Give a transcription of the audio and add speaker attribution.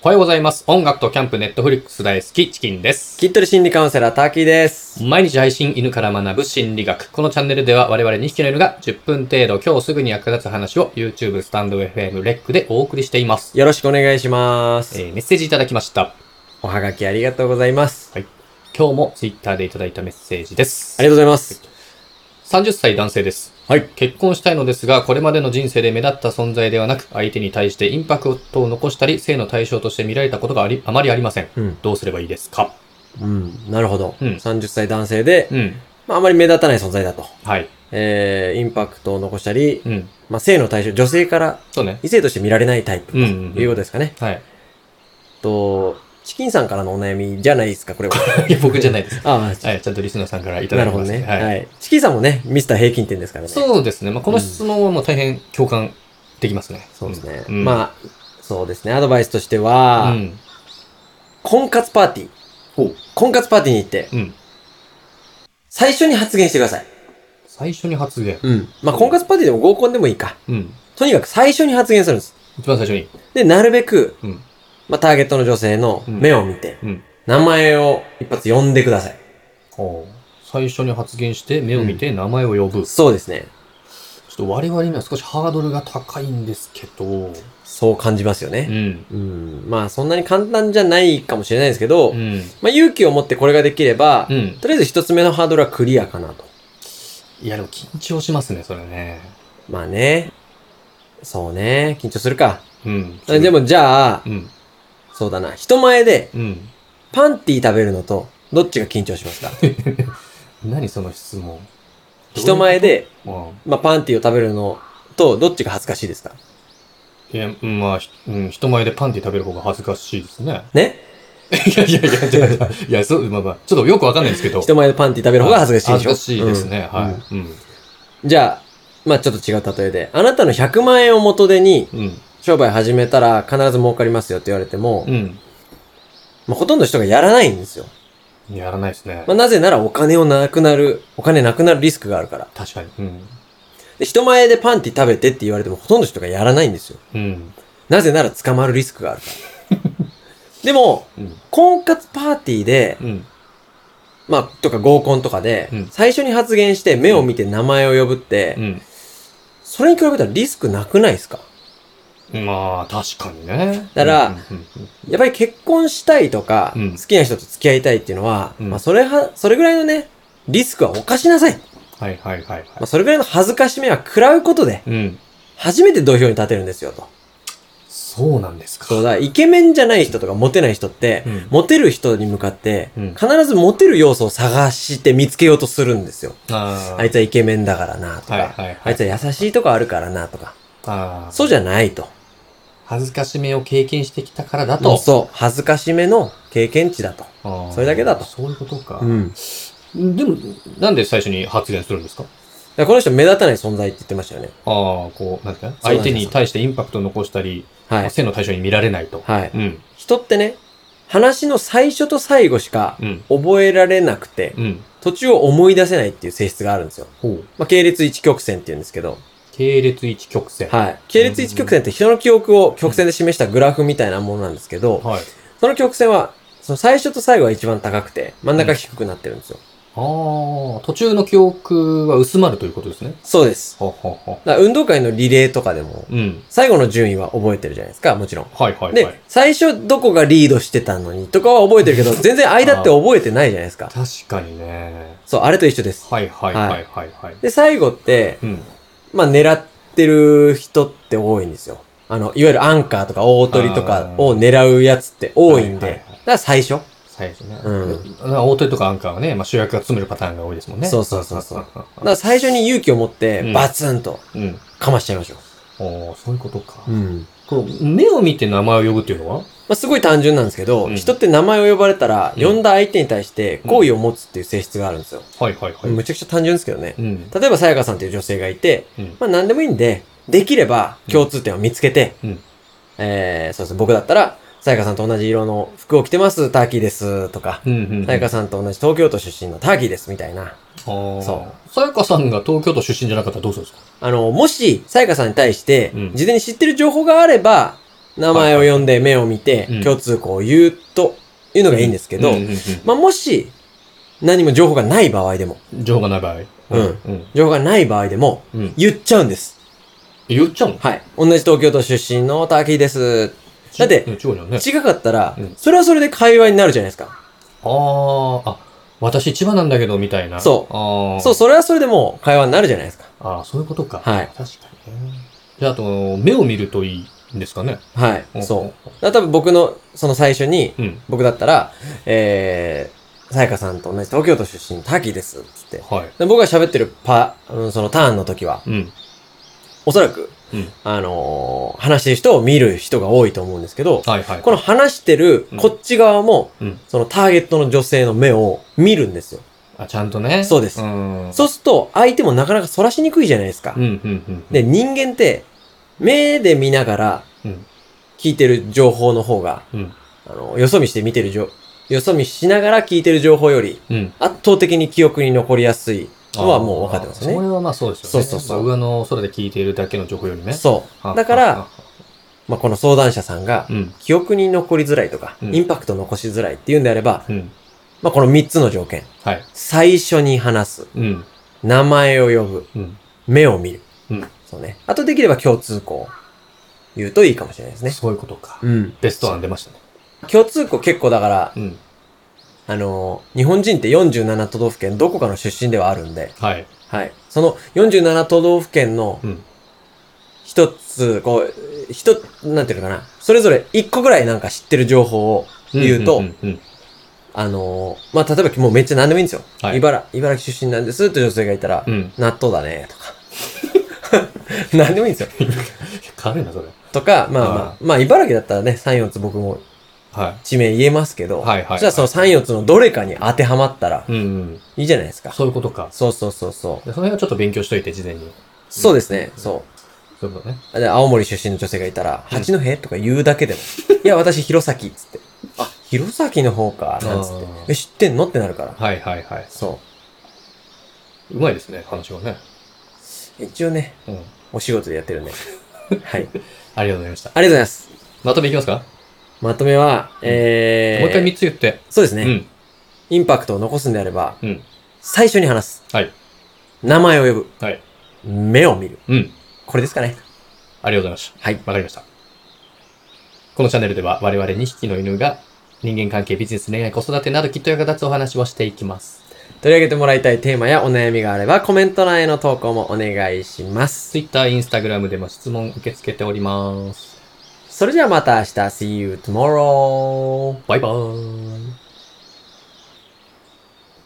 Speaker 1: おはようございます。音楽とキャンプ、ネットフリックス大好き、チキンです。
Speaker 2: きっとり心理カウンセラー、ターキーです。
Speaker 1: 毎日配信、犬から学ぶ心理学。このチャンネルでは我々2匹の犬が10分程度、今日すぐに役立つ話を YouTube、スタンド FM、レックでお送りしています。
Speaker 2: よろしくお願いします。
Speaker 1: えーメッセージいただきました。
Speaker 2: おはがきありがとうございます。
Speaker 1: 今日も Twitter でいただいたメッセージです。
Speaker 2: ありがとうございます。
Speaker 1: 30歳男性です。
Speaker 2: はい。
Speaker 1: 結婚したいのですが、これまでの人生で目立った存在ではなく、相手に対してインパクトを残したり、性の対象として見られたことがあり、あまりありません。
Speaker 2: うん。
Speaker 1: どうすればいいですか
Speaker 2: うん。なるほど。
Speaker 1: うん
Speaker 2: 30歳男性で、
Speaker 1: うん。
Speaker 2: まあ、あまり目立たない存在だと。
Speaker 1: はい。
Speaker 2: えー、インパクトを残したり、
Speaker 1: うん。
Speaker 2: まあ、性の対象、女性から
Speaker 1: そうね。
Speaker 2: 異性として見られないタイプと
Speaker 1: うんうんうん
Speaker 2: いうことですかね。
Speaker 1: はい。
Speaker 2: と、チキンさんからのお悩みじゃないですか、これは。
Speaker 1: いや僕じゃないです。
Speaker 2: ああ、
Speaker 1: はい、ちゃんとリスナーさんからいただ
Speaker 2: なる
Speaker 1: き
Speaker 2: ほ
Speaker 1: ま
Speaker 2: ど
Speaker 1: す。
Speaker 2: ね、
Speaker 1: は
Speaker 2: はいい。チキンさんもね、ミスター平均点ですからね。
Speaker 1: そうですね。まあ、この質問はもう大変共感できますね。
Speaker 2: そうですね。
Speaker 1: うん
Speaker 2: まあ、そうですね。アドバイスとしては、
Speaker 1: うん。
Speaker 2: 婚活パーティ
Speaker 1: ほ
Speaker 2: ー
Speaker 1: う。
Speaker 2: 婚活パーティーに行って、
Speaker 1: うん。
Speaker 2: 最初に発言してください。
Speaker 1: 最初に発言。
Speaker 2: うん。まあ、婚活パーティーでも合コンでもいいか。
Speaker 1: うん。
Speaker 2: とにかく最初に発言するんです。
Speaker 1: 一番最初に。
Speaker 2: で、なるべく、
Speaker 1: うん。
Speaker 2: まあ、ターゲットの女性の目を見て、
Speaker 1: うん。
Speaker 2: 名前を一発呼んでください。
Speaker 1: お最初に発言して、目を見て名前を呼ぶ。ちょ
Speaker 2: そうですね。
Speaker 1: っと我々には少しハードルが高いんですけど。
Speaker 2: そう感じますよ
Speaker 1: う
Speaker 2: ね。
Speaker 1: ん。
Speaker 2: うん。まあ、そんなに簡単じゃないかもしれないですけど、
Speaker 1: うん。
Speaker 2: まあ、勇気を持ってこれができれば、
Speaker 1: うん。
Speaker 2: とりあえず一つ目のハードルはクリアかなと。
Speaker 1: いや、でも緊張しますね、それね。
Speaker 2: まあね。そうね。緊張するか。
Speaker 1: うん。
Speaker 2: あで、もじゃあ
Speaker 1: う、ん。
Speaker 2: そうだな。人前で
Speaker 1: うん。
Speaker 2: パンティー食べるのと、どっちが緊張しますか
Speaker 1: 何その質問。
Speaker 2: 人前で、
Speaker 1: うん。
Speaker 2: まあ、パンティーを食べるのと、どっちが恥ずかしいですか
Speaker 1: いや、うんまあ、ひうん、人前でパンティ食べる方が恥ずかしいですね。
Speaker 2: ね
Speaker 1: いやいやいや、じゃあじゃあいや、そう、まあまあ、ちょっとよくわかんないんですけど。
Speaker 2: 人前でパンティー食べる方が恥ずかしいでしょ
Speaker 1: 恥ずかしいですね、
Speaker 2: うん
Speaker 1: は
Speaker 2: うん
Speaker 1: い。うん。
Speaker 2: じゃあ、まあ、ちょっと違う例えで、あなたの100万円を元手に
Speaker 1: うん。
Speaker 2: 商売始めたら必ず儲かりますよって言われても、
Speaker 1: うん。
Speaker 2: まあ、ほとんどの人がやらないんですよ。
Speaker 1: やらないですね
Speaker 2: まあ、。なぜならお金をなくなる、お金なくなるリスクがあるから。
Speaker 1: 確かに。うん。
Speaker 2: で人前でパンティー食べてって言われてもほとんどの人がやらないんですよ。
Speaker 1: うん。
Speaker 2: なぜなら捕まるリスクがある から。でも、
Speaker 1: うん。
Speaker 2: 婚活パーティーで、
Speaker 1: うん。
Speaker 2: まあ、とか合コンとかで、
Speaker 1: うん
Speaker 2: 最初に発言して目を見て名前を呼ぶって、それに比べたらリスクなくないですか
Speaker 1: うん。まあ、確かにね。
Speaker 2: だから
Speaker 1: うん、うん
Speaker 2: やっぱり結婚したいとか、
Speaker 1: うん
Speaker 2: 好きな人と付き合いたいっていうのは、
Speaker 1: うん
Speaker 2: まあ、それは、それぐらいのね、リスクは犯しなさい。
Speaker 1: はいはいはいはい。
Speaker 2: まあ、それぐらいの恥ずかしめは食らうことで、
Speaker 1: うん。
Speaker 2: 初めて土俵に立てるんですよ、と。
Speaker 1: そうなんですか。
Speaker 2: そうだ、イケメンじゃない人とかモテない人って、
Speaker 1: うん
Speaker 2: モテる人に向かって、
Speaker 1: うん
Speaker 2: 必ずモテる要素を探して見つけようとするんですよ。
Speaker 1: あー
Speaker 2: あいつはイケメンだからな、とか、
Speaker 1: はいはいはい。
Speaker 2: あいつは優しいとこあるからな、とか。
Speaker 1: あー
Speaker 2: そうじゃないと。
Speaker 1: 恥ずかしめを経験してきたからだ
Speaker 2: もう
Speaker 1: と。
Speaker 2: そう。恥ずかしめの経験値だと。
Speaker 1: あー
Speaker 2: それだけだと
Speaker 1: そういうことか
Speaker 2: う。ん。
Speaker 1: でも、なんで最初に発言するんですか
Speaker 2: だからこの人目立たない存在って言ってましたよね。
Speaker 1: ああ、こう、なんていうか、
Speaker 2: そうな
Speaker 1: 相
Speaker 2: んです
Speaker 1: 手に対してインパクトを残したり、
Speaker 2: はい。
Speaker 1: 背の対象に見られないと。
Speaker 2: はい。
Speaker 1: うん、
Speaker 2: 人ってね、話の最初と最後しか
Speaker 1: うん、
Speaker 2: 覚えられなくて、
Speaker 1: うん。
Speaker 2: 途中を思い出せないっていう性質があるんですよ。
Speaker 1: ほう。
Speaker 2: まあ、系列一曲線って言うんですけど、
Speaker 1: 系列一曲線。
Speaker 2: はい。系列一曲線って人の記憶を曲線で示したグラフみたいなものなんですけど、
Speaker 1: はい。
Speaker 2: その曲線は、その最初と最後は一番高くて、真ん中低くなってるんですよ。
Speaker 1: ああ、途中の記憶は薄まるということですね。
Speaker 2: そうです。
Speaker 1: ははは。
Speaker 2: だから運動会のリレーとかでも、
Speaker 1: うん。
Speaker 2: 最後の順位は覚えてるじゃないですか、もちろん。
Speaker 1: はいはいはい。
Speaker 2: で、最初どこがリードしてたのにとかは覚えてるけど、全然間って覚えてないじゃないですか。
Speaker 1: 確かにね。
Speaker 2: そう、あれと一緒です。
Speaker 1: はいはいはいはいはい。
Speaker 2: で、最後って、
Speaker 1: うん。
Speaker 2: まあ狙ってる人って多いんですよ。あの、いわゆるアンカーとか大鳥とかを狙うやつって多いんで。
Speaker 1: あーはいはいはい
Speaker 2: だから最初。
Speaker 1: 最初ね。
Speaker 2: うん
Speaker 1: 大手とかアンカーはね、まあ、主役が詰めるパターンが多いですもんね。
Speaker 2: そうそうそうそう
Speaker 1: ああ
Speaker 2: だから最初に勇気を持っ
Speaker 1: うん
Speaker 2: て、バツンと
Speaker 1: うん。
Speaker 2: かましちゃいましょ
Speaker 1: おーそういうことか。
Speaker 2: う。うん。
Speaker 1: こう目を見て名前を呼ぶっていうのは
Speaker 2: まあ、すごい単純なんですけど、
Speaker 1: うん
Speaker 2: 人って名前を呼ばれたら、
Speaker 1: うん
Speaker 2: 呼んだ相手に対して好意を持つっていう性質があるんですよ。
Speaker 1: はいはいはい。
Speaker 2: むちゃくちゃ単純ですけどね。
Speaker 1: うん。
Speaker 2: 例えば、さやかさんという女性がいて、
Speaker 1: うん
Speaker 2: まあ何でもいいんで、できれば共通点を見つけて、
Speaker 1: うん
Speaker 2: えー、そうですね、僕だったら、さやかさんと同じ色の服を着てます、ターキーです、とか、
Speaker 1: うんうんうん。
Speaker 2: さやかさんと同じ東京都出身のターキーです、みたいな。
Speaker 1: そ。
Speaker 2: そう
Speaker 1: さやかさんが東京都出身じゃなかったらどうするんですか
Speaker 2: あの、もし、さやかさんに対して
Speaker 1: うん、
Speaker 2: 事前に知ってる情報があれば、名前を呼んで目を見て
Speaker 1: うん、
Speaker 2: 共通項を言うというのがいいんですけど、
Speaker 1: うんうんうん
Speaker 2: まあ、もし、何も情報がない場合でも、
Speaker 1: 情報がない場合。
Speaker 2: うん
Speaker 1: うん。
Speaker 2: 情報がない場合でも、
Speaker 1: うん。
Speaker 2: 言っちゃうんです。
Speaker 1: 言っちゃうの
Speaker 2: はい。同じ東京都出身の滝です。だって
Speaker 1: ちうん違うよね。
Speaker 2: 違かったら
Speaker 1: うん、
Speaker 2: それはそれで会話になるじゃないですか。
Speaker 1: あー、あ、私千葉なんだけど、みたいな。。
Speaker 2: そう
Speaker 1: あー
Speaker 2: そう、それはそれでもう会話になるじゃないですか。
Speaker 1: あーそういうことか。
Speaker 2: はい
Speaker 1: 確かにね。じゃあ、あと、目を見るといいんですかね。
Speaker 2: はい。そう。だから多分僕の、その最初に、
Speaker 1: うん。うん。
Speaker 2: 僕だったら、えー、さやかさんと同じ東京都出身、滝です。つって。
Speaker 1: はい。
Speaker 2: で僕が喋ってるパ、うんそのターンの時は、
Speaker 1: うん。
Speaker 2: おそらく、
Speaker 1: うん
Speaker 2: あのー話してる人を見る人が多いと思うんですけど、
Speaker 1: はいはい。
Speaker 2: この話してる
Speaker 1: うん、
Speaker 2: こっち側も、
Speaker 1: うん
Speaker 2: そのターゲットの女性の目を見るんですよ。
Speaker 1: あ、ちゃんとね。
Speaker 2: そうです
Speaker 1: うん。
Speaker 2: そうすると、相手もなかなか反らしにくいじゃないですか。
Speaker 1: うん、うん、うん。
Speaker 2: で、人間って、目で見ながら
Speaker 1: うん、
Speaker 2: 聞いてる情報の方が、
Speaker 1: うん。
Speaker 2: あの、よそ見して見てる情、よそ見しながら聞いてる情報より、
Speaker 1: うん。
Speaker 2: 圧倒的に記憶に残りやすいのは
Speaker 1: あー
Speaker 2: もう分かってます
Speaker 1: そ
Speaker 2: ね。
Speaker 1: れはまあそうですよね。
Speaker 2: そうそうそ
Speaker 1: ま
Speaker 2: う
Speaker 1: あ上の空で聞いているだけの情報よりね。
Speaker 2: そう。だから、、まあ、この相談者さんが
Speaker 1: う、ん。
Speaker 2: 記憶に残りづらいとか、
Speaker 1: うん
Speaker 2: インパクト残しづらいっていうんであれば、
Speaker 1: うん。
Speaker 2: まあ、この3つの条件。
Speaker 1: はい。
Speaker 2: 最初に話す。
Speaker 1: うん。
Speaker 2: 名前を呼ぶ。
Speaker 1: うん。
Speaker 2: 目を見る。
Speaker 1: うん
Speaker 2: そうね。あとできれば共通項を言うといいかもしれないですね。
Speaker 1: そういうことか。
Speaker 2: うん。
Speaker 1: ベスト案出ましたね。
Speaker 2: 共通項結構だから、
Speaker 1: うん。
Speaker 2: あのー日本人って47都道府県どこかの出身ではあるんで、
Speaker 1: はい。
Speaker 2: はい。その47都道府県の
Speaker 1: うん。
Speaker 2: 一つ、こう、一、なんていうのかな。それぞれ一個ぐらいなんか知ってる情報を言うと、
Speaker 1: んうんん
Speaker 2: あのーまあ、例えばもうめっちゃ何でもいいんですよ。
Speaker 1: はい
Speaker 2: 茨、茨城出身なんですって女性がいたら、
Speaker 1: うん。うん。
Speaker 2: 納豆だね、とか。 何でもいいんですよ。
Speaker 1: 軽いな、それ。
Speaker 2: とか、まあまあ
Speaker 1: あ、
Speaker 2: まあ、茨城だったらね、3、4つ僕も
Speaker 1: は
Speaker 2: 地名言えますけど、
Speaker 1: はいはいはい
Speaker 2: じゃあその3、4つのどれかに当てはまったら
Speaker 1: い。うん、うん。
Speaker 2: いいじゃないですか。
Speaker 1: そういうことか。
Speaker 2: そうそうそうそう。
Speaker 1: でその辺はちょっと勉強しといて、事前に。
Speaker 2: そうですね、そ
Speaker 1: そういうことね。
Speaker 2: う。で、青森出身の女性がいたら、八戸とか言うだけ でも、いや、私、弘前っつって。あ、弘前の方か、なんつっ
Speaker 1: あー。
Speaker 2: てえ、知ってんのってなるから。
Speaker 1: はいはいはい。
Speaker 2: そう
Speaker 1: まいですね、話がね。
Speaker 2: う。一応ね、
Speaker 1: うん。
Speaker 2: お仕事でやっ てるんで。はい。ありがとう
Speaker 1: ありがとうございました。
Speaker 2: ございます。
Speaker 1: まとめいきますか、
Speaker 2: まとめは、えー、
Speaker 1: もう一回3つ言って。
Speaker 2: そうですね、
Speaker 1: うん。
Speaker 2: インパクトを残すんであれば、
Speaker 1: うん。
Speaker 2: 最初に話す。
Speaker 1: はい。
Speaker 2: 名前を呼ぶ。
Speaker 1: はい。
Speaker 2: 目を見る。
Speaker 1: うん。
Speaker 2: これですかね。
Speaker 1: ありがとうございました。
Speaker 2: はい。
Speaker 1: わかりました。このチャンネルでは我々2匹の犬が人間関係、ビジネス、恋愛、子育てなどきっと役立つお話をしていきます。
Speaker 2: 取り上げてもらいたいテーマやお悩みがあれば、コメント欄への投稿もお願いします。
Speaker 1: Twitter、Instagram でも質問受け付けております。
Speaker 2: それじゃあまた明日。See you tomorrow!
Speaker 1: バイバーイ。